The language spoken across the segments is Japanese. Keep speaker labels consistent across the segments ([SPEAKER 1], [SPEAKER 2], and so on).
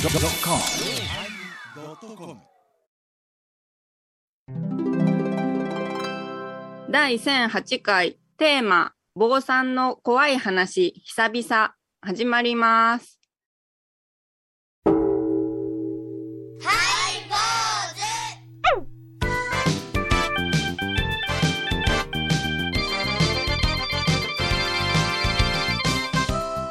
[SPEAKER 1] yosmir
[SPEAKER 2] 第1008回テーマ「坊さんの怖い話久々」始まります。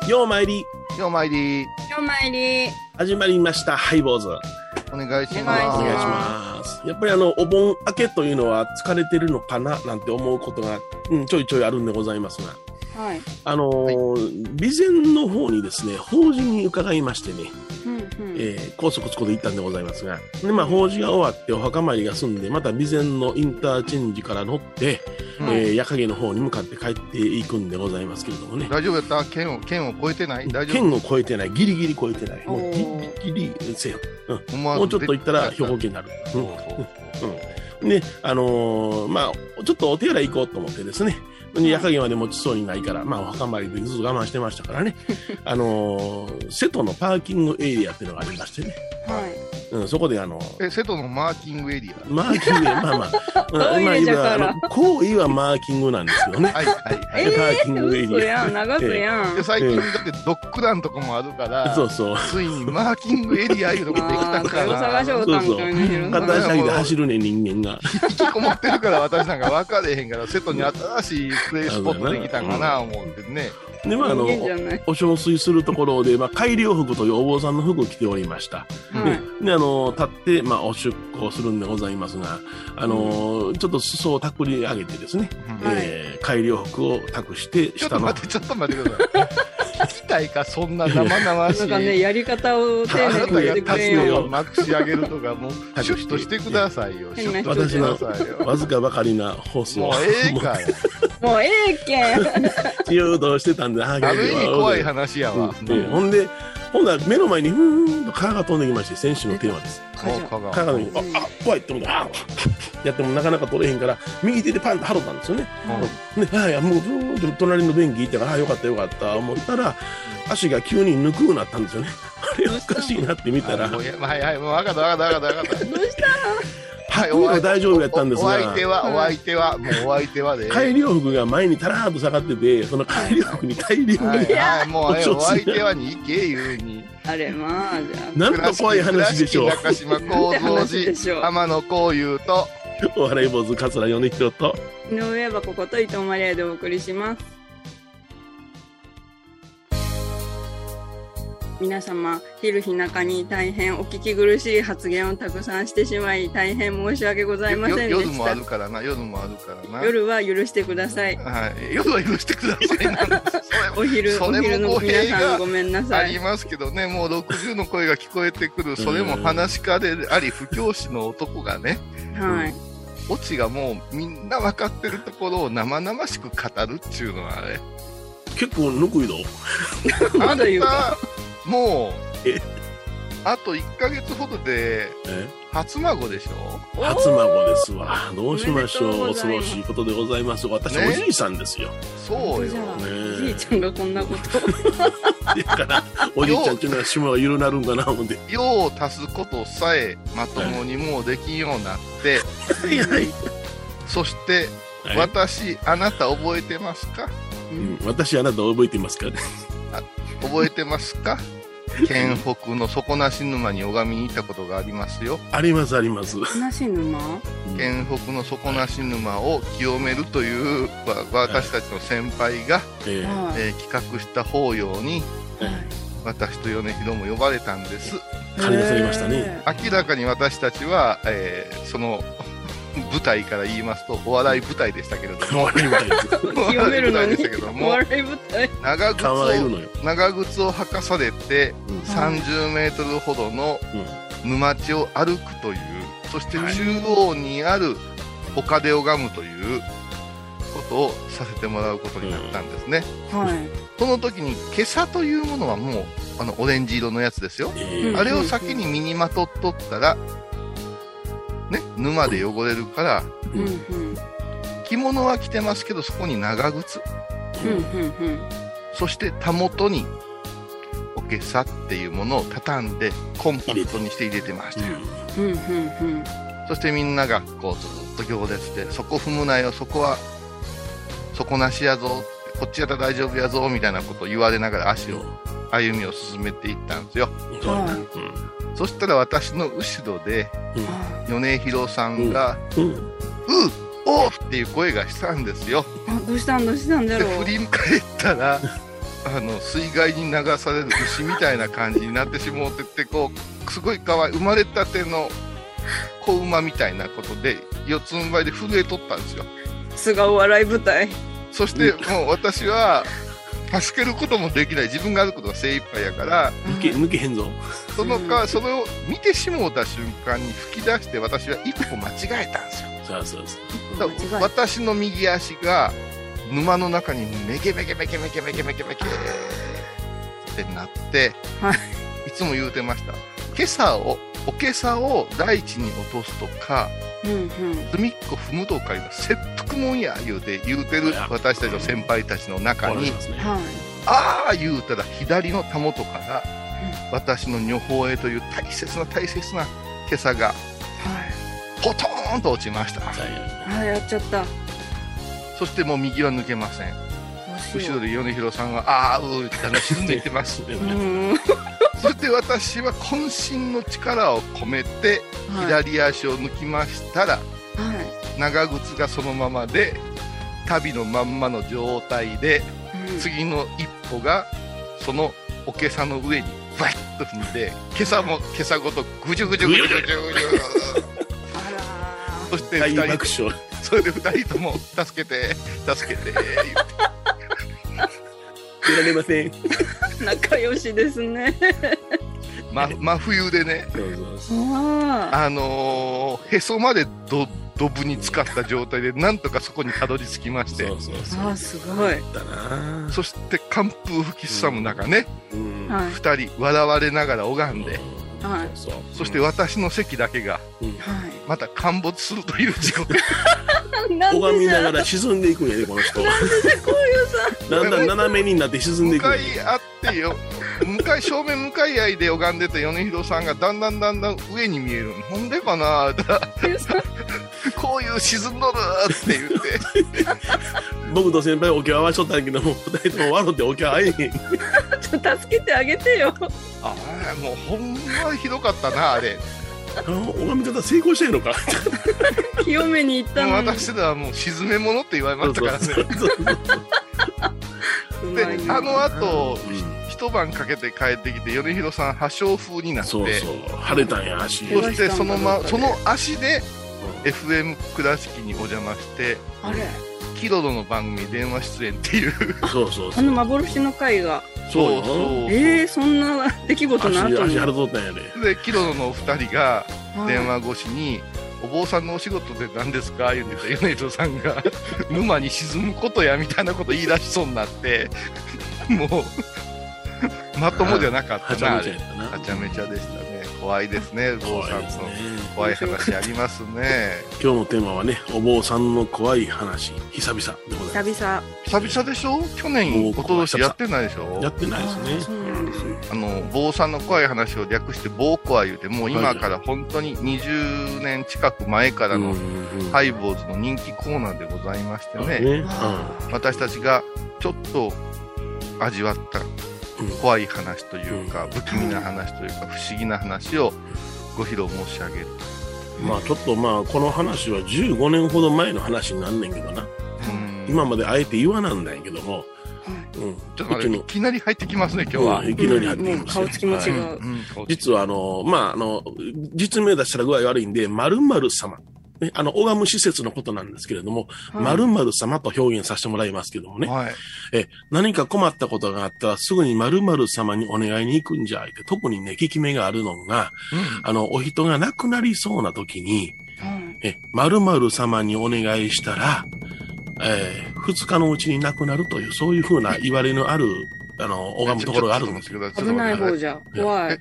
[SPEAKER 3] ようまいり
[SPEAKER 4] ようまいり
[SPEAKER 2] 今日参り
[SPEAKER 3] 始まりましたハイボーズお
[SPEAKER 4] お願いし
[SPEAKER 2] お
[SPEAKER 4] ま
[SPEAKER 2] 願い
[SPEAKER 4] す
[SPEAKER 2] し
[SPEAKER 3] 願いし
[SPEAKER 2] ま
[SPEAKER 3] ますやっぱりあのお盆明けというのは疲れてるのかななんて思うことが、うん、ちょいちょいあるんでございますが
[SPEAKER 2] はい。
[SPEAKER 3] あのー備前の方にですね法事に伺いましてね、
[SPEAKER 2] うんうん
[SPEAKER 3] えー、高速そこで行ったんでございますがで、まあ、法事が終わってお墓参りが済んでまた備前のインターチェンジから乗って、
[SPEAKER 4] うん
[SPEAKER 3] えー、矢影の方に向かって帰っていくんでございますけれどもね
[SPEAKER 4] 大丈夫やった剣を剣を越えてない大丈
[SPEAKER 3] 県を越えてないギリギリ越えてないもうギリギリセーフ
[SPEAKER 4] 夫
[SPEAKER 3] もうちょっと行ったら兵庫県になる。うんね、あのーまあ、ちょっとお手洗い行こうと思ってですね、夜影まで持ちそうにないから、まあ、お墓参りでずっと我慢してましたから ね、あのー瀬戸のパーキングエリアっていうのがありましてね、
[SPEAKER 2] はい。
[SPEAKER 3] うん、そこであの
[SPEAKER 4] え瀬戸のマーキングエリア
[SPEAKER 3] マーキ ング、まあまあ、うん
[SPEAKER 2] トイ
[SPEAKER 3] まあ
[SPEAKER 2] レじゃ
[SPEAKER 3] 言え
[SPEAKER 2] から
[SPEAKER 3] ば、あの行為はマーキングなんですけどね、
[SPEAKER 4] はいはいはい
[SPEAKER 3] でパーキングエ
[SPEAKER 2] 嘘
[SPEAKER 3] リ
[SPEAKER 2] やん、長くやん。
[SPEAKER 4] で最近だってドッグランとかもあるか
[SPEAKER 3] ア。
[SPEAKER 4] ら
[SPEAKER 3] そうそう。
[SPEAKER 4] ついにマーキングエリアいうのができ
[SPEAKER 2] あ
[SPEAKER 4] た
[SPEAKER 2] あ、
[SPEAKER 4] か
[SPEAKER 2] 豊探し
[SPEAKER 4] ら
[SPEAKER 2] おったんみたいな広さ
[SPEAKER 3] 片足だけで走るね、人間が。
[SPEAKER 4] 引きこもってるから私なんか分かれへんから瀬戸に新しいプレイスポットできたんかな思うんでね
[SPEAKER 3] で、まあ、あの、
[SPEAKER 2] 人間じゃない。
[SPEAKER 3] お浄水するところで、まあ、改良服というお坊さんの服を着ておりました。
[SPEAKER 2] は
[SPEAKER 3] ね
[SPEAKER 2] い。
[SPEAKER 3] であの立って、まあ、お出航するんでございますが、あのちょっと裾をたくり上げてですね、
[SPEAKER 4] うん
[SPEAKER 2] はい
[SPEAKER 3] えー改良服を託して、
[SPEAKER 4] ちょっ
[SPEAKER 3] 下
[SPEAKER 4] と
[SPEAKER 3] の
[SPEAKER 4] 待ってちょっと待ってください 聞きたいかそんな生々し
[SPEAKER 2] ないんかね、やり方を丁
[SPEAKER 4] あ
[SPEAKER 2] 寧
[SPEAKER 4] な
[SPEAKER 2] に
[SPEAKER 4] た
[SPEAKER 2] 言
[SPEAKER 4] が
[SPEAKER 2] ってくれ
[SPEAKER 4] 立つ
[SPEAKER 2] ん
[SPEAKER 4] の
[SPEAKER 2] よ。
[SPEAKER 4] をまくし上げるとか、もう、シュッとしてくだ さいよ。シ
[SPEAKER 2] 変
[SPEAKER 4] ュ
[SPEAKER 2] な
[SPEAKER 4] ッ
[SPEAKER 2] 人
[SPEAKER 4] としてくださいよ。
[SPEAKER 3] わずかばかりな放送
[SPEAKER 4] もうえ えかよ。
[SPEAKER 2] もうええけん。
[SPEAKER 3] 誘導してたんで、ああ
[SPEAKER 4] ある意味怖い
[SPEAKER 3] 話
[SPEAKER 4] 話や わ。
[SPEAKER 3] うんええほんで、ほんなら目の前に、ふーんと蚊が飛んできまして、選手のテーマです。
[SPEAKER 2] かじゃ
[SPEAKER 4] 蚊が
[SPEAKER 3] 蚊が飛んできて
[SPEAKER 2] うん
[SPEAKER 3] あ、あ、怖いって思ったあ、やってもなかなか取れへんから、右手でパンと払ったんですよね。ね、ああいやもうずーっと隣の便器行ったからああよかったよかった思ったら足が急に抜くようになったんですよね あれおかしいなって見たら
[SPEAKER 4] あもうやはいはい、もう分かった分かった分かっ た分かっ
[SPEAKER 2] どうした
[SPEAKER 4] た。はい、
[SPEAKER 3] 服は大丈夫やったんです
[SPEAKER 4] おお相
[SPEAKER 3] が
[SPEAKER 4] 手は、お相手は、もうお相手はで。
[SPEAKER 3] 改良服が前にたらーっと下がっててその改良服に改良
[SPEAKER 4] は
[SPEAKER 3] が
[SPEAKER 4] い、はい、もうええ、
[SPEAKER 3] お
[SPEAKER 4] お
[SPEAKER 3] 調子
[SPEAKER 4] 相手はに行け、言うに。
[SPEAKER 2] あれ、まあ、じゃあ。
[SPEAKER 3] なんと怖い話でしょう
[SPEAKER 4] 倉敷中島
[SPEAKER 2] な
[SPEAKER 4] 幸
[SPEAKER 2] んて
[SPEAKER 4] 三
[SPEAKER 2] 話でし ょう
[SPEAKER 4] 寺、天野幸雄と、
[SPEAKER 3] お笑い坊主桂米広と
[SPEAKER 2] 井上はここと伊藤マリアでお送りします皆様昼日中に大変お聞き苦しい発言をたくさんしてしまい大変申し訳ございませんで
[SPEAKER 4] よ夜
[SPEAKER 2] し
[SPEAKER 4] もあ
[SPEAKER 2] た
[SPEAKER 4] るからな、夜もあるからな。
[SPEAKER 2] 夜は許してください
[SPEAKER 4] はい、夜は許してくださいなん です。それも
[SPEAKER 2] お昼
[SPEAKER 4] そ
[SPEAKER 2] お
[SPEAKER 4] れも
[SPEAKER 2] 昼の皆
[SPEAKER 4] 語弊
[SPEAKER 2] さん
[SPEAKER 4] が
[SPEAKER 2] ごめんなさ
[SPEAKER 4] あ
[SPEAKER 2] い
[SPEAKER 4] りますけどね、もう60の声が聞こえてくる、それも話し家であり、不教師の男がね、
[SPEAKER 2] はい
[SPEAKER 4] オチがもうみんな分かってるところを生々しく語るっていうのはあれ。
[SPEAKER 3] 結構ぬくいど
[SPEAKER 2] まだ言う
[SPEAKER 4] あ
[SPEAKER 2] か
[SPEAKER 4] んたもう
[SPEAKER 3] え、
[SPEAKER 4] あと1ヶ月ほどで、
[SPEAKER 3] え
[SPEAKER 4] 初孫でしょ
[SPEAKER 3] 初孫ですわどうしましょ
[SPEAKER 2] おめでとう
[SPEAKER 3] う
[SPEAKER 2] ござ
[SPEAKER 3] 恐
[SPEAKER 2] い
[SPEAKER 3] ろ
[SPEAKER 2] ます
[SPEAKER 3] しいことでございます私
[SPEAKER 4] ね
[SPEAKER 3] おじいさんですよ
[SPEAKER 4] そうよ。
[SPEAKER 2] 本当
[SPEAKER 3] ね
[SPEAKER 2] じいちゃんがこんなこと
[SPEAKER 3] だからおじいちゃんっていうのは島が緩なるんかな思 って
[SPEAKER 4] 用を足すことさえまともにもうできんようになって、
[SPEAKER 3] はいはい
[SPEAKER 4] そして、
[SPEAKER 3] はい
[SPEAKER 4] 私、あなた覚えてますか
[SPEAKER 3] うん私あなた覚えてますか
[SPEAKER 4] 覚えてま すか県北の底なし沼に拝みに行ったことがありますよ。
[SPEAKER 3] ありますあります。
[SPEAKER 2] 話沼
[SPEAKER 4] 県北の底なし沼を清めるというわ私たちの先輩が、
[SPEAKER 3] ええ
[SPEAKER 2] は
[SPEAKER 4] えー企画した法要に
[SPEAKER 2] いはい
[SPEAKER 4] 私と米広も呼ばれたんです
[SPEAKER 3] 金が取りましたね。
[SPEAKER 4] 明らかに私たちは、えーその舞台から言いますとお笑い舞台でしたけれども
[SPEAKER 3] わかりました
[SPEAKER 4] お
[SPEAKER 2] 清
[SPEAKER 4] 笑
[SPEAKER 2] め
[SPEAKER 4] い
[SPEAKER 2] る
[SPEAKER 4] 舞
[SPEAKER 2] の
[SPEAKER 4] 台で
[SPEAKER 2] に
[SPEAKER 4] したけ ど
[SPEAKER 2] お
[SPEAKER 4] も
[SPEAKER 2] 笑い舞台
[SPEAKER 4] 長靴
[SPEAKER 3] 勘はいる
[SPEAKER 4] を
[SPEAKER 3] のよ。
[SPEAKER 4] 長靴を履かされて
[SPEAKER 3] うん
[SPEAKER 4] 30メートルほどの
[SPEAKER 3] うん
[SPEAKER 4] 沼地を歩くというそして中央にある丘で拝むということをさせてもらうことになったんですね、
[SPEAKER 2] はい
[SPEAKER 4] その時に袈裟というものはもうあのオレンジ色のやつですよ
[SPEAKER 3] ええ
[SPEAKER 2] うん
[SPEAKER 4] あれを先に身にまとっとったらね沼で汚れるから
[SPEAKER 2] う
[SPEAKER 3] うんん
[SPEAKER 2] うん
[SPEAKER 4] 着物は着てますけどそこに長靴
[SPEAKER 2] うんうんうん
[SPEAKER 4] そしてたもとにげさっていうものを畳んでコンパクトにして入れてましたよ、
[SPEAKER 2] うんうんうん
[SPEAKER 4] そしてみんながこうずっと行列でそこ踏むなよそこは底なしやぞこっちやったら大丈夫やぞみたいなことを言われながら足を歩みを進めていったんですよ
[SPEAKER 3] そうやな
[SPEAKER 4] そしたら私の後ろで
[SPEAKER 2] あ
[SPEAKER 4] 米広さんが
[SPEAKER 3] うんうん
[SPEAKER 4] 「ううおう!」っていう声がしたんですよ
[SPEAKER 2] あどうしたんどうしたんだ
[SPEAKER 4] で
[SPEAKER 2] ろう
[SPEAKER 4] 振り返ったらあの水害に流される牛みたいな感じになってしもうててこうすごい可愛い生まれたての子馬みたいなことで四つん這いで震えとったんですよ
[SPEAKER 2] 素顔笑い舞台
[SPEAKER 4] そしてもう私は助けることもできない自分があることが精一杯やから
[SPEAKER 3] 抜け抜けへんぞ
[SPEAKER 4] そのか、
[SPEAKER 2] うん
[SPEAKER 4] それを見てしもうた瞬間に吹き出して私は一歩間違えたんですよ
[SPEAKER 3] そうそうそう
[SPEAKER 4] だ
[SPEAKER 2] 間違えた
[SPEAKER 4] 私の右足が沼の中にメケメケメケメケメケメケメケってなって、、
[SPEAKER 2] はい
[SPEAKER 4] つも言うてました今朝をおけさを大地に落とすとか
[SPEAKER 2] うんうん
[SPEAKER 4] 隅っこ踏むとかいうのは切腹もんや言うて言うてる私たちの先輩たちの中
[SPEAKER 3] わかり
[SPEAKER 4] に
[SPEAKER 3] ますね
[SPEAKER 2] はい
[SPEAKER 4] ああ言うたら左のたもとから私の女宝へという大切な大切な今朝がポトーンと落ちました
[SPEAKER 3] そうやな
[SPEAKER 2] はいあやっちゃったど
[SPEAKER 4] そしてもう右は抜けません
[SPEAKER 2] うしよ
[SPEAKER 4] 後ろ
[SPEAKER 2] う
[SPEAKER 4] で米広さんは、ああ、うーって沈んでいって ます。
[SPEAKER 2] うん
[SPEAKER 4] そして私は渾身の力を込めて、
[SPEAKER 2] はい
[SPEAKER 4] 左足を抜きましたら、
[SPEAKER 2] はい
[SPEAKER 4] 長靴がそのままで、旅のまんまの状態で、
[SPEAKER 2] うん
[SPEAKER 4] 次の一歩が、そのおけさの上に、バッと踏んで、今朝も今朝ごとぐじゅぐじゅぐじゅぐじゅぐじゅぐじゅ。
[SPEAKER 2] あら
[SPEAKER 4] そして
[SPEAKER 3] 大
[SPEAKER 4] 二
[SPEAKER 3] 爆
[SPEAKER 4] 人、
[SPEAKER 3] 笑
[SPEAKER 4] それで二人とも、助けて、助けて、言って
[SPEAKER 3] 出られません
[SPEAKER 2] ー仲良しですね
[SPEAKER 4] ま真冬でね、
[SPEAKER 3] そうそうそう
[SPEAKER 2] あ
[SPEAKER 4] あのーへそまでどドブに浸かった状態でなんとかそこにたどり着きまして
[SPEAKER 3] そうそう
[SPEAKER 2] ー
[SPEAKER 3] そう
[SPEAKER 2] あーすごい
[SPEAKER 3] だな
[SPEAKER 4] そして寒風吹きすさむ中ね、
[SPEAKER 3] うん
[SPEAKER 2] はい
[SPEAKER 4] 二人笑われながら拝んで、
[SPEAKER 2] はい
[SPEAKER 3] そうそう
[SPEAKER 4] そして私の席だけが
[SPEAKER 3] うん
[SPEAKER 2] は
[SPEAKER 4] また陥没するという事故で
[SPEAKER 2] いなん
[SPEAKER 3] 拝み
[SPEAKER 2] でじ
[SPEAKER 3] な
[SPEAKER 2] ゃ
[SPEAKER 3] が
[SPEAKER 2] あ
[SPEAKER 3] ら沈んでいくんやねこの人 だんだん斜めになって沈んで
[SPEAKER 4] 向
[SPEAKER 3] いくん
[SPEAKER 4] か
[SPEAKER 3] や
[SPEAKER 4] い
[SPEAKER 3] ね
[SPEAKER 4] 合ってよ向かい正面向かい合いで拝んでた米広さんがだんだんだんだん上に見えるほんでかな ぁこういう沈んどるって言って
[SPEAKER 3] 僕と先輩お経合わしとったんやけども二人とも笑ってお経合えへん
[SPEAKER 2] ちょっと助けてあげてよ
[SPEAKER 4] ああもうほんまひどかったなあれ
[SPEAKER 3] あの拝み方成功してんのか
[SPEAKER 2] 清めに行った
[SPEAKER 4] も
[SPEAKER 2] の
[SPEAKER 4] う
[SPEAKER 2] に
[SPEAKER 4] 私らはもう沈め物って言われましたからね
[SPEAKER 3] そうそう
[SPEAKER 2] う
[SPEAKER 4] で
[SPEAKER 2] まいな
[SPEAKER 4] あの後、
[SPEAKER 3] うん
[SPEAKER 4] 一晩かけて帰ってきて米広さん破傷風になって
[SPEAKER 3] そうそう晴れたんや足
[SPEAKER 2] そう
[SPEAKER 4] そしてその,、ま、その足で
[SPEAKER 3] う
[SPEAKER 4] FM 倉敷にお邪魔して
[SPEAKER 2] あれ
[SPEAKER 4] キロロの番組電話出演っていう
[SPEAKER 3] そうそうそ
[SPEAKER 2] あ
[SPEAKER 3] う
[SPEAKER 2] の幻の回が
[SPEAKER 3] そうよ
[SPEAKER 2] えー、そんな出来事の
[SPEAKER 3] 足
[SPEAKER 2] 後に
[SPEAKER 3] 足腫れとったんやで
[SPEAKER 4] でキロロのお二人が
[SPEAKER 2] はい
[SPEAKER 4] 電話越しに「お坊さんのお仕事で何ですか?」言うてた米広さ んが「沼に沈むことや」みたいなこと言い出しそうになってもうまともじゃなかった
[SPEAKER 3] はちゃ
[SPEAKER 4] なあ
[SPEAKER 3] めちゃ
[SPEAKER 4] れ
[SPEAKER 3] やったな
[SPEAKER 4] はちゃめちゃでしたね。怖いですね、お坊
[SPEAKER 3] 怖
[SPEAKER 4] さ
[SPEAKER 3] い
[SPEAKER 4] ん
[SPEAKER 3] です
[SPEAKER 4] の
[SPEAKER 3] ね
[SPEAKER 4] 怖い話ありますね。
[SPEAKER 3] 今日のテーマはねお坊さんの怖い話久々でございます
[SPEAKER 2] 久々
[SPEAKER 4] 久々でしょ去年、
[SPEAKER 3] もう
[SPEAKER 4] おととしやってないでしょ
[SPEAKER 3] やってないです
[SPEAKER 2] あー
[SPEAKER 3] ね
[SPEAKER 2] そうなんですね
[SPEAKER 4] あの、坊さんの怖い話を略して、坊コア言うて、もう今から本当に20年近く前からの、ハイボーズの人気コーナーでございまして
[SPEAKER 3] ね
[SPEAKER 4] ね、
[SPEAKER 3] うん
[SPEAKER 4] 私たちがちょっと味わった
[SPEAKER 3] うん
[SPEAKER 4] 怖い話というか、不気味な話というか、不思議な話をご披露申し上げる。
[SPEAKER 3] まあちょっとまあこの話は15年ほど前の話になんねんけどな
[SPEAKER 4] うん
[SPEAKER 3] 今まであえて言わなんだんやけども、うん、
[SPEAKER 4] ちょっと待って、いきなり入ってきますね、今日は。
[SPEAKER 3] うんいきなり入って
[SPEAKER 2] もう
[SPEAKER 3] きますよ
[SPEAKER 2] 顔つきも違う、
[SPEAKER 4] うん
[SPEAKER 3] 実はあの、まあ、あの、実名出したら具合悪いんで、〇〇様。ね、あの、拝む施設のことなんですけれども、
[SPEAKER 2] はい
[SPEAKER 3] 〇〇様と表現させてもらいますけどもね、
[SPEAKER 4] はい。
[SPEAKER 3] え、何か困ったことがあったらすぐに〇〇様にお願いに行くんじゃいって、特にね、効き目があるのが、あの、お人が亡くなりそうな時に、
[SPEAKER 2] はい
[SPEAKER 3] え、〇〇様にお願いしたら、えー二日のうちに亡くなるという、そういうふうな言われのある、あの、拝むところがあるんですよ。
[SPEAKER 4] よ
[SPEAKER 2] 危ない
[SPEAKER 4] ちょっと待ってくださ
[SPEAKER 2] 方じゃ怖い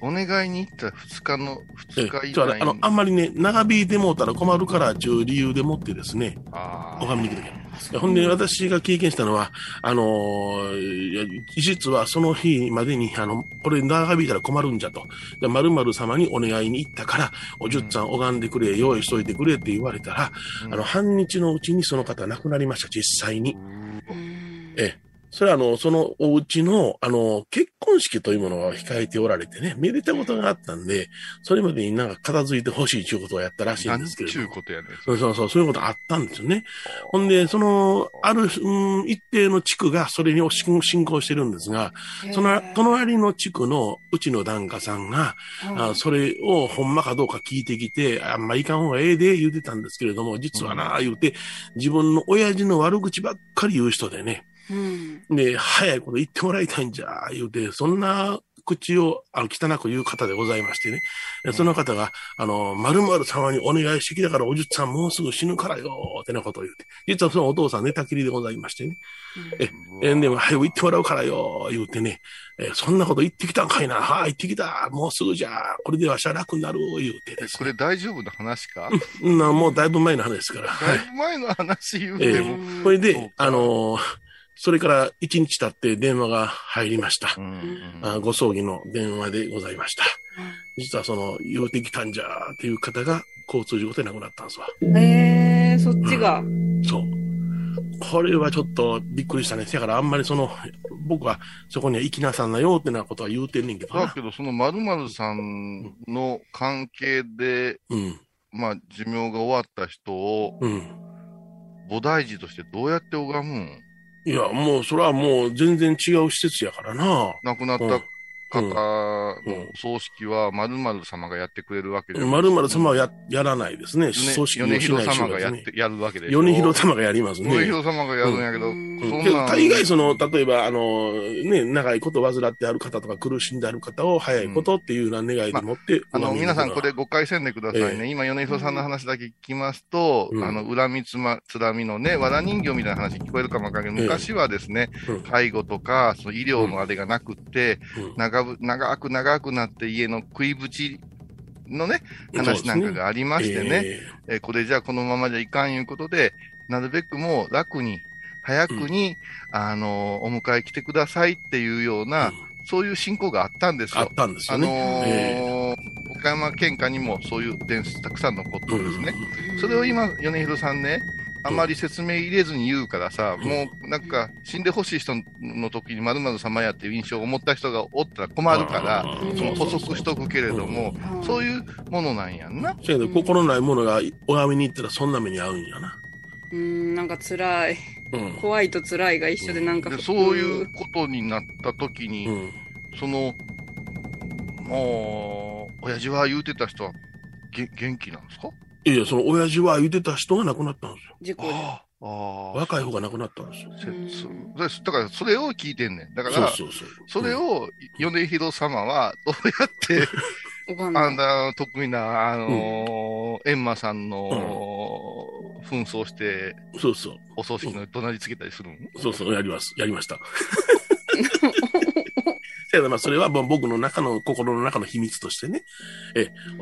[SPEAKER 4] お願いに行ったら2日の、2日
[SPEAKER 3] え
[SPEAKER 4] 以
[SPEAKER 3] ちょっと
[SPEAKER 4] 内
[SPEAKER 3] あの、あんまりね、長引いてもうたら困るから、ちゅう理由でもってですね、
[SPEAKER 4] あ
[SPEAKER 3] お
[SPEAKER 4] ー
[SPEAKER 3] 拝みに来てくれ。ほんで、私が経験したのは、あのー実はその日までに、あの、これ長引いたら困るんじゃと。で、〇〇様にお願いに行ったから、おじゅっちゃん拝んでくれ、用意しといてくれって言われたら、あの、半日のうちにその方亡くなりました、実際に。
[SPEAKER 2] うん
[SPEAKER 3] ええ。それはあの、そのお家の、あの、結婚式というものを控えておられてね、めでたことがあったんで、それまでになんか片付いてほしいということをやったらしいん
[SPEAKER 4] 何
[SPEAKER 3] ですけれ
[SPEAKER 4] ち
[SPEAKER 3] ど
[SPEAKER 4] ゅ
[SPEAKER 3] も
[SPEAKER 4] う。ことやねん
[SPEAKER 3] そうそうそう、そういうことあったんですよね。ほんで、その、ある、うん、一定の地区がそれに進進行してるんですが、その、隣の地区のうちの檀家さんが、あそれをほんまかどうか聞いてきて、あんまいかん方がええで言うてたんですけれども、実はな、言うて、自分の親父の悪口ばっかり言う人でね、
[SPEAKER 2] うん
[SPEAKER 3] で、早いこと言ってもらいたいんじゃ、言うて、そんな口をあの汚く言う方でございましてね。でその方が、あの、〇〇様にお願いしてきたから、おじゅっさんもうすぐ死ぬからよ、ってなことを言うて。実はそのお父さん寝たきりでございましてね。ええでも、早く行ってもらうからよ、言うてね。えそんなこと言ってきたんかいな。はい、行ってきた。もうすぐじゃ。これでわしは楽になる、言うてです
[SPEAKER 4] こ
[SPEAKER 3] ね。
[SPEAKER 4] れ大丈夫な話か
[SPEAKER 3] なもうだいぶ前の話ですから。は
[SPEAKER 4] だ
[SPEAKER 3] い
[SPEAKER 4] い。ぶ前の話言うても。
[SPEAKER 3] これ
[SPEAKER 4] そう
[SPEAKER 3] で
[SPEAKER 4] か、
[SPEAKER 3] あのそれから1日経って電話が入りました。
[SPEAKER 4] うんうん
[SPEAKER 3] あご葬儀の電話でございました。実はその、言うてきたんじゃーっていう方が交通事故で亡くなったんですわ。
[SPEAKER 2] えー、そっちが。
[SPEAKER 3] そう。これはちょっとびっくりしたね。だからあんまりその、僕はそこには行きなさんなよってなことは言うてんねんけど
[SPEAKER 4] だ
[SPEAKER 3] な。
[SPEAKER 4] けど、その〇〇さんの関係で、
[SPEAKER 3] うん。
[SPEAKER 4] まあ、寿命が終わった人を
[SPEAKER 3] うん。
[SPEAKER 4] 菩提寺としてどうやって拝むん
[SPEAKER 3] いや、もうそれはもう全然違う施設やからな。
[SPEAKER 4] 亡くなった方
[SPEAKER 3] うん
[SPEAKER 4] の
[SPEAKER 3] うん
[SPEAKER 4] 葬式は〇〇様がやってくれるわけじゃ
[SPEAKER 3] まるまる様は
[SPEAKER 4] や
[SPEAKER 3] や、やらないですね。組織
[SPEAKER 4] 米
[SPEAKER 3] もしな
[SPEAKER 4] 広
[SPEAKER 3] いし
[SPEAKER 4] 様がやって、やるわけでしょ。
[SPEAKER 3] 米広様がやりますね。
[SPEAKER 4] 米広様がやるんやけど、
[SPEAKER 2] うん
[SPEAKER 4] そ
[SPEAKER 3] け
[SPEAKER 4] んな
[SPEAKER 3] ど
[SPEAKER 4] ん
[SPEAKER 3] 大概その、例えば、あの、ね、長いこと患ってある方とか苦しんである方を早いことっていうような願いでもって、
[SPEAKER 4] あの、皆さんこれ
[SPEAKER 3] こ
[SPEAKER 4] 誤解せんでくださいね。今、米広さんの話だけ聞きますと、
[SPEAKER 3] うん
[SPEAKER 4] あの、恨みつま、つらみのね、わら人形みたいな話聞こえるかもわかんないけど、
[SPEAKER 3] ええ
[SPEAKER 4] 昔はですね、
[SPEAKER 3] うん
[SPEAKER 4] 介護とか、その医療のあれがなくって、
[SPEAKER 3] うん
[SPEAKER 4] 長ぶ長く長くなって家の食いぶちのね、
[SPEAKER 3] うん
[SPEAKER 4] 話なんかがありましてね、
[SPEAKER 3] え
[SPEAKER 4] えーこれじゃこのままじゃいかんいうことで、なるべくもう楽に、早くに、あのーお迎え来てくださいっていうよう
[SPEAKER 3] え
[SPEAKER 4] な、そういう信仰があったんです
[SPEAKER 3] あ
[SPEAKER 4] よ
[SPEAKER 3] っ。たんです
[SPEAKER 4] あ
[SPEAKER 3] よ
[SPEAKER 4] の
[SPEAKER 3] ね。
[SPEAKER 4] ー
[SPEAKER 3] え
[SPEAKER 4] 岡山県下にもそういう伝説たくさん残ってるんですね。
[SPEAKER 2] うん
[SPEAKER 4] それを、今、米広さんね、あまり説明入れずに言うからさ、
[SPEAKER 3] うん
[SPEAKER 4] もうなんか死んでほしい人の時に〇〇様やっていう印象を持った人がおったら困るから、
[SPEAKER 2] うん
[SPEAKER 4] その補足しとくけれども、そう
[SPEAKER 2] う
[SPEAKER 4] いうものなんやんな。
[SPEAKER 3] せやけど、心ないものが拝みに行ったらそんな目に遭うんやな。
[SPEAKER 2] ん。うん、なんか辛い。
[SPEAKER 3] うん。
[SPEAKER 2] 怖いと辛いが一緒でなんか
[SPEAKER 4] でそういう。ことになった時に、
[SPEAKER 3] うん。
[SPEAKER 4] そのもう親父は言うてた人はげ元気なんですか
[SPEAKER 3] いやいや、その親父は言ってた人が亡くなったんですよ。
[SPEAKER 2] 事故で。
[SPEAKER 4] ああああ
[SPEAKER 3] 若い方が亡くなったんですよ。
[SPEAKER 4] せ
[SPEAKER 2] うん
[SPEAKER 4] そだだからそれを聞いてんねんだから
[SPEAKER 3] そう
[SPEAKER 4] そ
[SPEAKER 3] そうそう。
[SPEAKER 4] れ
[SPEAKER 3] うん、
[SPEAKER 4] を米広様はどうやって、
[SPEAKER 2] おばん
[SPEAKER 4] あ
[SPEAKER 2] な。
[SPEAKER 4] んな得意なあのー閻魔さんの、紛争して
[SPEAKER 3] そうそう。
[SPEAKER 4] お葬式の怒鳴りつけたりするの、
[SPEAKER 3] そうそう、やります。やりました。せやなまあ、それはもう僕の中の、心の中の秘密としてね、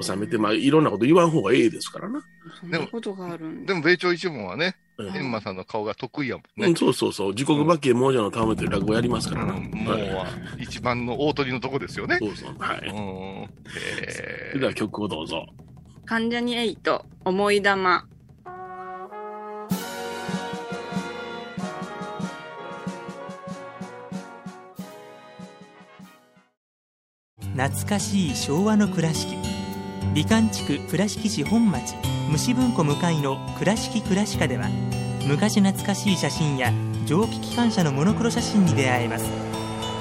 [SPEAKER 3] 収めて、まあ、いろんなこと言わん方がええですからな。
[SPEAKER 2] そんなことがあるんだ
[SPEAKER 4] でも米朝一門はね
[SPEAKER 3] うん
[SPEAKER 4] 閻魔さんの顔が得意やもんね、
[SPEAKER 3] うん、そうそうそう。時刻馬形亡者のためという落語やりますからな。
[SPEAKER 4] もう
[SPEAKER 3] はい、
[SPEAKER 4] 一番の大鳥のとこですよね。
[SPEAKER 3] そうそう。は
[SPEAKER 4] う
[SPEAKER 3] い。
[SPEAKER 4] ん。え
[SPEAKER 3] それでは曲をどうぞ。
[SPEAKER 2] 関ジャニエイト、思い玉。
[SPEAKER 1] 懐かしい昭和の倉敷美観地区倉敷市本町虫文庫向かいの「倉敷倉歯科」では昔懐かしい写真や蒸気機関車のモノクロ写真に出会えます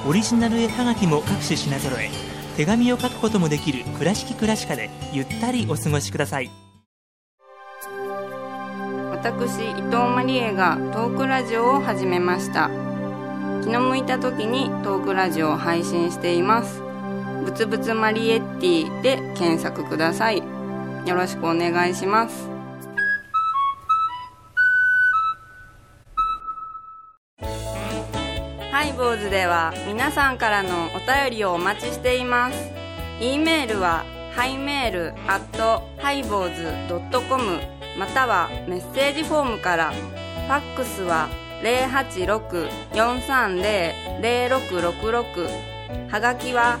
[SPEAKER 1] オリジナル絵はがきも各種品揃え手紙を書くこともできる「倉敷倉歯科」でゆったりお過ごしください
[SPEAKER 2] 私伊藤マリエがトークラジオを始めました気の向いた時にトークラジオを配信していますぶつぶつマリエッティで検索くださいよろしくお願いしますハイボーズでは皆さんからのお便りをお待ちしています e メールはハイメール at highbows.com またはメッセージフォームからファックスは086-430-0666はがきは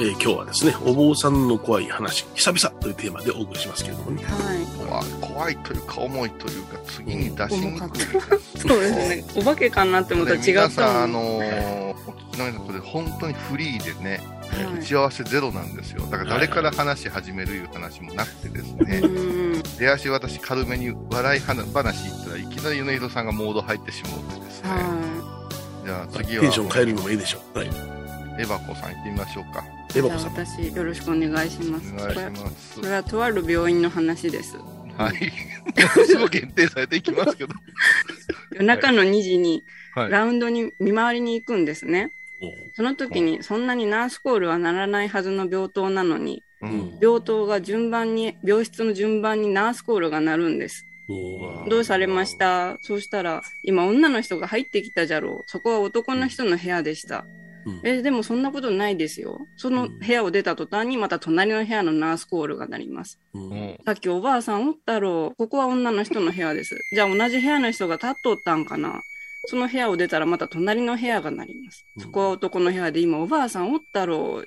[SPEAKER 3] えー今日はですね、お坊さんの怖い話、久々というテーマでお送りしますけれどもね。
[SPEAKER 2] はい
[SPEAKER 4] 怖い怖いというか重いというか次に出しにくい、
[SPEAKER 2] そうですねお化けかなって思ったら
[SPEAKER 4] で
[SPEAKER 2] 違
[SPEAKER 4] 皆
[SPEAKER 2] っ
[SPEAKER 4] さん、
[SPEAKER 2] たも
[SPEAKER 4] あ
[SPEAKER 2] ん
[SPEAKER 4] のーお聞きの皆さんこれ本当にフリーでね、
[SPEAKER 2] はい
[SPEAKER 4] 打ち合わせゼロなんですよだから誰から話し始めるいう話もなくてですね
[SPEAKER 2] うん
[SPEAKER 4] 出足私軽めに笑い話話言ったらいきなり米広さんがモード入ってしまうてですね、
[SPEAKER 2] は
[SPEAKER 4] じゃあ
[SPEAKER 3] テ
[SPEAKER 4] 次は
[SPEAKER 3] ンション変えるのもいいでしょう。はい。
[SPEAKER 4] エバコさん行ってみましょうか
[SPEAKER 3] エ
[SPEAKER 2] い
[SPEAKER 3] バ
[SPEAKER 2] じゃ
[SPEAKER 3] コ
[SPEAKER 2] あ
[SPEAKER 3] さん。
[SPEAKER 2] 私よろしくお願いします
[SPEAKER 4] お願い
[SPEAKER 2] これ
[SPEAKER 4] します
[SPEAKER 2] これはとある病院の話です
[SPEAKER 4] はい 私も限定されていきますけど
[SPEAKER 2] 夜中の2時に
[SPEAKER 4] は い
[SPEAKER 2] ラウンドに見回りに行くんですね
[SPEAKER 3] おう
[SPEAKER 2] その時にそんなにナースコールはならないはずの病棟なのに
[SPEAKER 4] う
[SPEAKER 3] うん
[SPEAKER 4] ん
[SPEAKER 2] 病棟が順番に病室の順番にナースコールが鳴るんです
[SPEAKER 3] おう
[SPEAKER 2] どうされましたそうしたら今女の人が入ってきたじゃろうそこは男の人の部屋でした
[SPEAKER 3] うん
[SPEAKER 2] えでもそんなことないですよその部屋を出た途端にまた隣の部屋のナースコールが鳴ります
[SPEAKER 3] うんう
[SPEAKER 4] う
[SPEAKER 3] ん
[SPEAKER 4] ん
[SPEAKER 2] さっきおばあさんおったろう。ここは女の人の部屋です。じゃあ同じ部屋の人が立っとったんかな。その部屋を出たらまた隣の部屋がなります。そこは男の部屋で今おばあさんおったろう。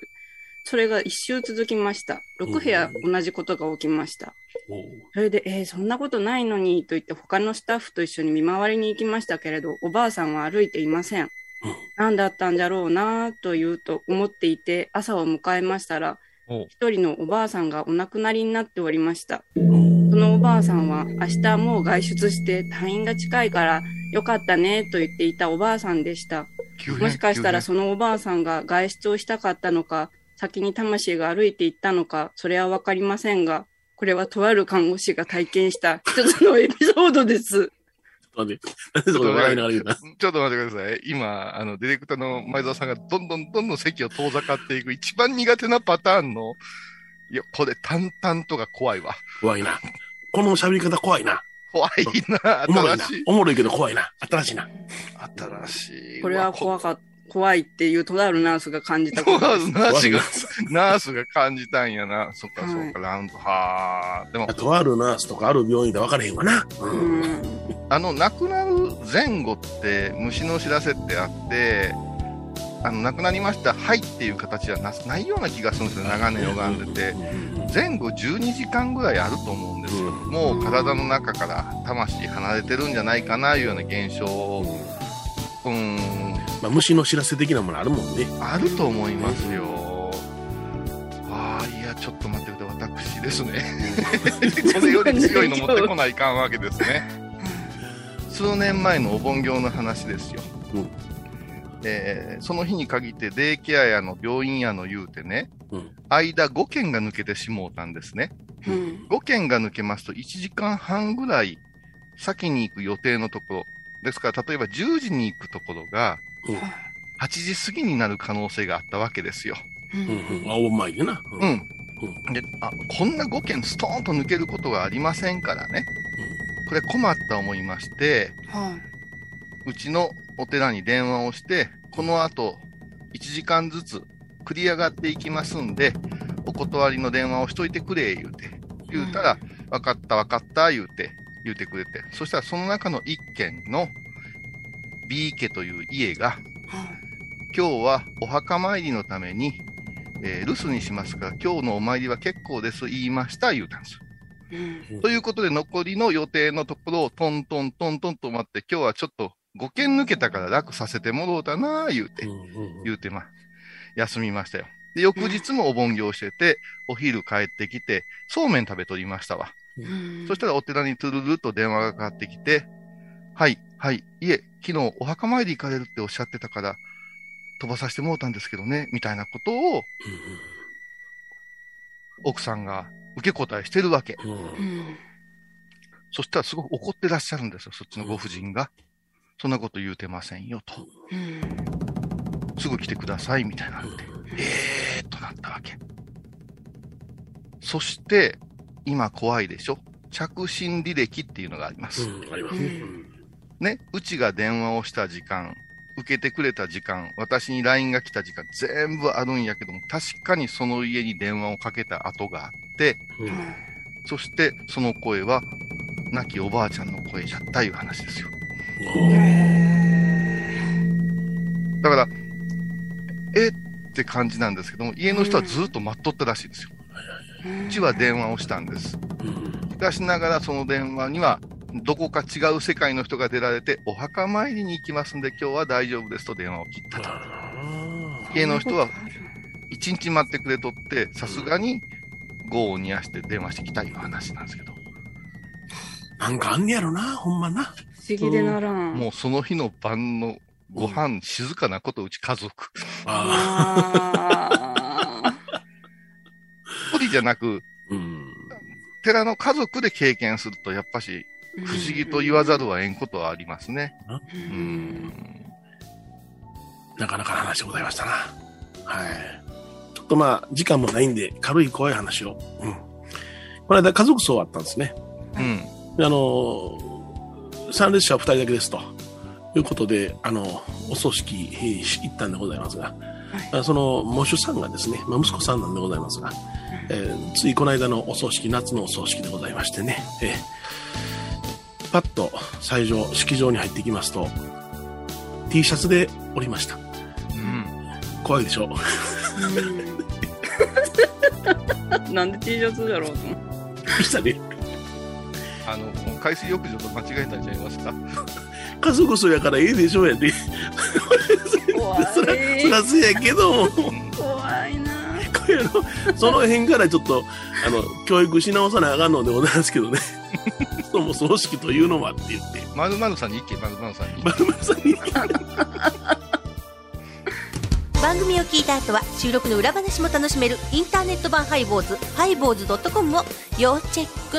[SPEAKER 2] それが一周続きました。6部屋同じことが起きました。
[SPEAKER 3] おう
[SPEAKER 2] それで、えーそんなことないのにと言って他のスタッフと一緒に見回りに行きましたけれど、おばあさんは歩いていません。何だったんじゃろうなというと思っていて、朝を迎えましたら、
[SPEAKER 4] お
[SPEAKER 2] 一人のおばあさんがお亡くなりになっておりました。
[SPEAKER 3] うん
[SPEAKER 2] そのおばあさんは明日もう外出して退院が近いからよかったねと言っていたおばあさんでした。
[SPEAKER 4] 急変
[SPEAKER 2] もしかしたら
[SPEAKER 4] 急
[SPEAKER 2] そのおばあさんが外出をしたかったのか、先に魂が歩いていったのか、それはわかりませんが、これはとある看護師が体験した一つのエピソードです。
[SPEAKER 3] ちょっと待って。なんでそこで笑いながら言うな。
[SPEAKER 4] 変ちょっと待ってください今あのディレクターの前澤さんがどんどんどんどん席を遠ざかっていく一番苦手なパターンのいやこれ淡々とが怖いわ
[SPEAKER 3] 怖いな。この喋り方怖いな。
[SPEAKER 4] 怖いな
[SPEAKER 3] おもろい
[SPEAKER 4] 新
[SPEAKER 3] な
[SPEAKER 4] しい。
[SPEAKER 3] おもろいけど怖いな。新しいな。
[SPEAKER 4] 新しい
[SPEAKER 2] これは怖か怖いっていうとあるナースが感じたこと
[SPEAKER 4] ナ
[SPEAKER 2] です。
[SPEAKER 4] ースが
[SPEAKER 3] 怖い、
[SPEAKER 4] ナースが感じたんやな。そっか
[SPEAKER 2] はい
[SPEAKER 4] そっか、ラウンド。はあ。でも
[SPEAKER 3] な。、とあるナースとかある病院で分かれへんわな。う。
[SPEAKER 2] うんん。
[SPEAKER 4] あの、亡くなる前後って、虫の知らせってあって、あの、亡くなりました、はいっていう形はなないような気がするんですよ、長年拝んでて。前後12時間ぐらいあると思うんですよ。
[SPEAKER 3] うん
[SPEAKER 4] もう体の中から魂離れてるんじゃないかな、いうような現象
[SPEAKER 3] う
[SPEAKER 4] を、
[SPEAKER 3] ん
[SPEAKER 4] うん、
[SPEAKER 3] まあ、虫の知らせ的なものあるもんね。
[SPEAKER 4] あると思いますよ。ああ、いや、ちょっと待ってください。私で すね。これより強いの持ってこないかんわけですね。数年前のお盆行の話ですよ。
[SPEAKER 3] うん
[SPEAKER 4] えーその日に限って、デイケアやの病院やの言うてね、
[SPEAKER 3] うん
[SPEAKER 4] 間5件が抜けてしもうたんですね。
[SPEAKER 2] うん。
[SPEAKER 4] 5件が抜けますと1時間半ぐらい先に行く予定のところ。ですから、例えば10時に行くところが
[SPEAKER 3] うん、
[SPEAKER 4] 8時過ぎになる可能性があったわけですよ。
[SPEAKER 3] うんうん。あ、お前でな。う。
[SPEAKER 4] うんん。で、あ、こんな5件ストーンと抜けることがありませんからね。これ困った思いまして、
[SPEAKER 2] は
[SPEAKER 4] うちのお寺に電話をして、この後1時間ずつ繰り上がっていきますんで、お断りの電話をしといてくれ、言うて。言うたら、わかったわかった、言うて、言うてくれて。そしたらその中の1軒の B 家という家が、
[SPEAKER 2] い。はい。
[SPEAKER 4] 今日はお墓参りのために、えー留守にしますから、今日のお参りは結構です、言いました、言うたんですよ。
[SPEAKER 2] うん。
[SPEAKER 4] ということで、残りの予定のところをトントントントンと待って、今日はちょっと5件抜けたから楽させてもろうたなあ言うて、
[SPEAKER 3] うん。
[SPEAKER 4] 言うてまあ、休みましたよ。で、翌日もお盆行してて、お昼帰ってきて、そうめん食べとりましたわ。
[SPEAKER 2] うん
[SPEAKER 4] そしたらお寺にトゥルルと電話がかかってきて、はい、はい、いえ、昨日お墓参り行かれるっておっしゃってたから、飛ばさせてもろうたんですけどね、みたいなことを奥さんが受け答えしてるわけ。
[SPEAKER 3] うん。うん。
[SPEAKER 2] うん
[SPEAKER 4] そしたらすごく怒ってらっしゃるんですよ、そっちのご婦人が。そんなこと言うてませんよ、と。
[SPEAKER 2] うん
[SPEAKER 4] すぐ来てくださいみたいなんで、えー、となったわけ。そして、今怖いでしょ着信履歴っていうのがあります。
[SPEAKER 3] うん、ありますね。
[SPEAKER 4] ね、うちが電話をした時間、受けてくれた時間、私に LINE が来た時間、全部あるんやけども、確かにその家に電話をかけた跡があって、
[SPEAKER 3] うん。うん
[SPEAKER 4] そしてその声は、亡きおばあちゃんの声じゃったいう話ですよ。だから、えって感じなんですけども、家の人はずっと待っとったらしいですよ。うちは電話をしたんです。
[SPEAKER 3] うん
[SPEAKER 4] しかしながらその電話には、どこか違う世界の人が出られて、お墓参りに行きますんで、今日は大丈夫ですと電話を切ったと。
[SPEAKER 3] あ
[SPEAKER 4] 家の人は一日待ってくれとって、さすがに、業を煮やして電話してきたいう話なんですけど、
[SPEAKER 3] ーなんかあんねやろな、ほんまな。
[SPEAKER 2] 不思議でならん。
[SPEAKER 4] もうその日の晩のご飯、静かなことうち家族。
[SPEAKER 3] あ
[SPEAKER 2] あ
[SPEAKER 4] 一人じゃなく、
[SPEAKER 3] あ。うん。
[SPEAKER 4] 寺の家族で経験すると、やっぱし、
[SPEAKER 2] ー
[SPEAKER 4] 不思議と言わざるはえんことはありますね。
[SPEAKER 2] う
[SPEAKER 4] うんん。
[SPEAKER 3] なかなかな話でございましたな。はい。ちょっとまあ、時間もないんで、軽い怖い話を。うん。この間、家族葬あったんですね。
[SPEAKER 4] うん。
[SPEAKER 3] であのー、参列者は2人だけですと。いうことで、あの、お葬式えーし行ったんでございますが、あその、喪主さんがですね、まあ、息子さんなんでございますが、えーついこの間のお葬式、夏のお葬式でございましてね、えーパッと斎場、式場に入ってきますと、T シャツでおりました。
[SPEAKER 4] うん。
[SPEAKER 3] 怖いでしょ
[SPEAKER 2] うん なんで T シャツだろうと思って
[SPEAKER 3] でしたね。
[SPEAKER 4] あの、もう海水浴場と間違えたんちゃいますか
[SPEAKER 3] 家族そやからええでしょうやで、
[SPEAKER 2] 怖
[SPEAKER 3] そら、
[SPEAKER 2] い
[SPEAKER 3] そらそうやけども、
[SPEAKER 4] うん
[SPEAKER 2] 怖いな
[SPEAKER 3] こういうのその辺からちょっとあの教育し直さなあかんのでございますけ どねそも葬式というのはって言って
[SPEAKER 4] まるまるさんに行け、まるまるさんに。
[SPEAKER 3] 丸丸さんに
[SPEAKER 5] 番組を聞いた後は収録の裏話も楽しめるインターネット版ハイボーズハイボーズドットコムを要チェック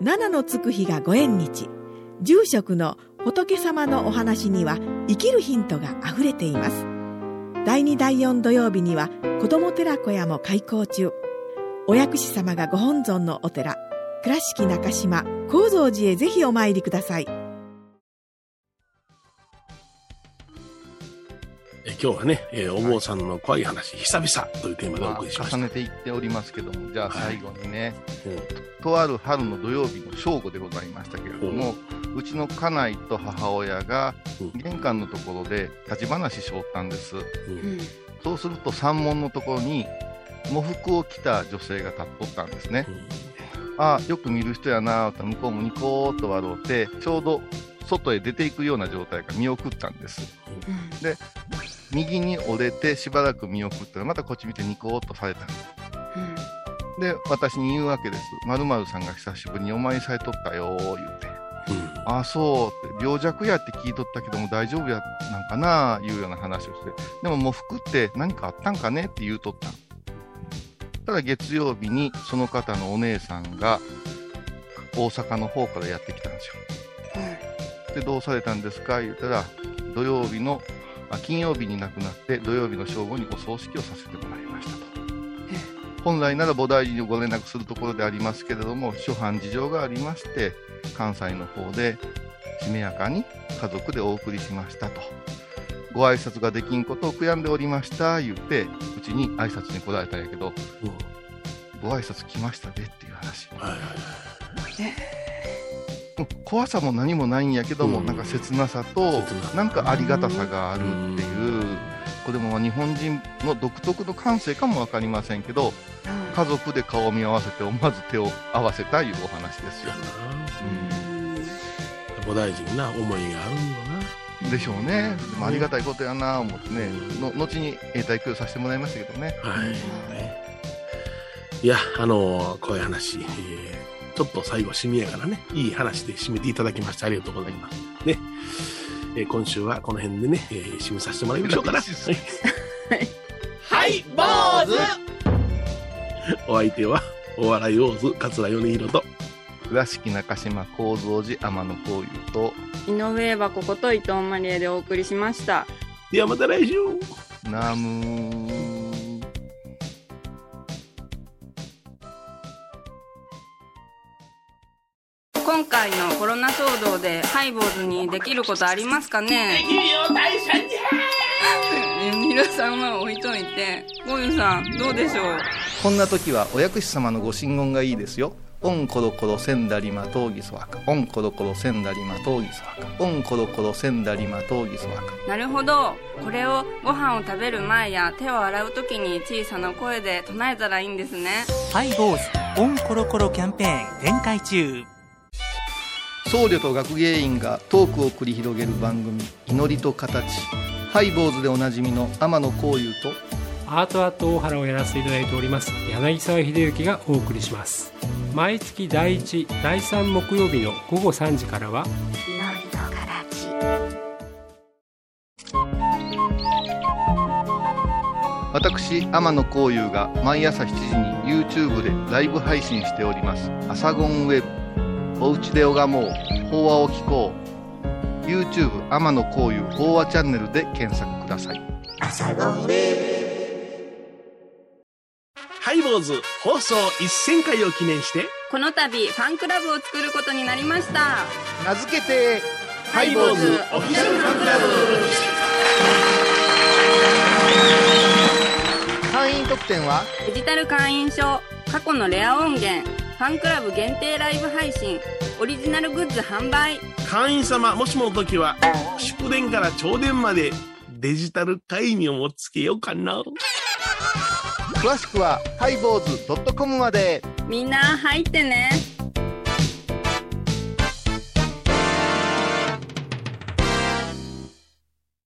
[SPEAKER 6] 七のつく日がご縁日住職の仏様のお話には生きるヒントがあふれています第2第4土曜日には子ども寺小屋も開校中お薬師様がご本尊のお寺倉敷中島・高蔵寺へぜひお参りください
[SPEAKER 3] え今日はね、えーお坊さんの怖い話久々というテーマでお
[SPEAKER 4] まあ
[SPEAKER 3] 送りしました、
[SPEAKER 4] 重ねていっておりますけども、じゃあ最後にね、
[SPEAKER 3] うん
[SPEAKER 4] とある春の土曜日の正午でございましたけれども、うちの家内と母親が
[SPEAKER 3] うん
[SPEAKER 4] 玄関のところで立ち話しおったんです。
[SPEAKER 2] うん
[SPEAKER 4] そうすると山門のところに、喪服を着た女性が立っとったんですね。ああ、よく見る人やなぁと、向こうもニコーっと笑うて、ちょうど外へ出ていくような状態が見送ったんです。で、右に折れてしばらく見送ったら、またこっち見てニコーっとされたんですで、私に言うわけです。まるさんが久しぶりにお参りされとったよ、言うて。
[SPEAKER 3] うん
[SPEAKER 4] ああ、そうって、病弱やって聞いとったけども大丈夫や、なんかな、いうような話をして。でも、喪服って何かあったんかねって言うとったん。ただ、月曜日にその方のお姉さんが、大阪の方からやってきたんですよ。で、どうされたんですか言ったら、土曜日の、あ金曜日に亡くなって、土曜日の正午にお葬式をさせてもらいましたと。本来なら菩提寺にご連絡するところでありますけれども、諸般事情がありまして、関西の方でしめやかに家族でお送りしましたと。ご挨拶ができんことを悔やんでおりました、言って、うちに挨拶に来られたんやけど、
[SPEAKER 3] うん
[SPEAKER 4] ご挨拶来ましたでっていう話。
[SPEAKER 3] はいはい
[SPEAKER 4] うん怖さも何もないんやけども、
[SPEAKER 3] うん
[SPEAKER 4] なんか切なさと
[SPEAKER 3] 切な、さ
[SPEAKER 4] なんかありがたさがあるっていう、これもまあ日本人の独特の感性かもわかりませんけど、家族で顔を見合わせて思わず手を合わせたいうお話ですよ。
[SPEAKER 3] やな菩提寺にな思いがあるんだな
[SPEAKER 2] う
[SPEAKER 4] でしょうね、まあ、ありがたいことやなぁ思ってね、の後に永代供養させてもらいましたけどね、
[SPEAKER 3] はい。いや、あのーこういう話、えーちょっと最後、締めやからね、いい話で締めていただきまして、ありがとうございます。ね。えー今週はこの辺でね、えー締めさせてもらいましょうかな。はい
[SPEAKER 7] はい、坊主
[SPEAKER 3] お相手は、お笑い王子、桂米宏と、
[SPEAKER 4] 倉敷中島幸三寺天野幸雄と、
[SPEAKER 2] 井上はここと伊藤マリエでお送りしました
[SPEAKER 3] ではまた来週
[SPEAKER 4] ナムー。
[SPEAKER 2] 今回のコロナ騒動でハイボーズにできることありますか
[SPEAKER 7] で
[SPEAKER 2] ね
[SPEAKER 7] きるよ大社に
[SPEAKER 2] 皆さんは置いといてゴユさんどうでしょう
[SPEAKER 4] こんな時はお薬師様のご神言がいいですよ。オンコロコロセンダリマトーギソワカ。オンコロコロセンダリマトーギソワカ。オンコロコロセンダリマトーギソワカ。
[SPEAKER 2] なるほどこれをご飯を食べる前や手を洗う時に小さな声で唱えたらいいんですね
[SPEAKER 1] ハイボーズオンコロコロキャンペーン展開中
[SPEAKER 4] 僧侶と学芸員がトークを繰り広げる番組「祈りと形」ハイボーズでおなじみの天野幸雄と
[SPEAKER 8] アートアート大原をやらせていただいております柳沢秀幸がお送りします毎月第1第3木曜日の午後3時からは
[SPEAKER 4] 私天野幸雄が毎朝7時に YouTube でライブ配信しております「アサゴンウェブ」「おうちで拝もう法話を聞こう」YouTube 天野幸雄法話チャンネルで検索ください
[SPEAKER 3] ハイボーズ放送1000回を記念して、
[SPEAKER 2] この度ファンクラブを作ることになりました
[SPEAKER 4] 名付けて
[SPEAKER 3] ハイボーズオフィシャルファンクラブ
[SPEAKER 4] 会員特典は
[SPEAKER 2] デジタル会員証過去のレア音源ファンクラブ限定ライブ配信オリジナルグッズ販売
[SPEAKER 3] 会員様もしもの時は祝電から朝電までデジタル会員をつけようかな
[SPEAKER 4] 詳しくはハイボーズ .com まで
[SPEAKER 2] みんな入ってね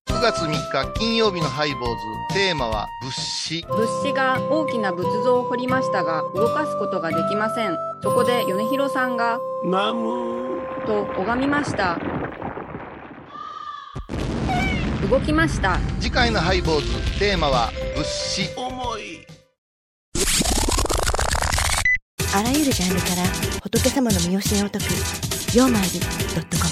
[SPEAKER 4] 9月3日金曜日のハイボーズテーマは物資
[SPEAKER 2] 物資が大きな仏像を掘りましたが動かすことができませんそこで米広さんが
[SPEAKER 3] ナム
[SPEAKER 2] と拝みました動きました
[SPEAKER 4] 次回のハイボーズテーマは物資
[SPEAKER 3] 重い
[SPEAKER 5] あらゆるジャンルから仏様の身教えを解く「曜マイルドットコム」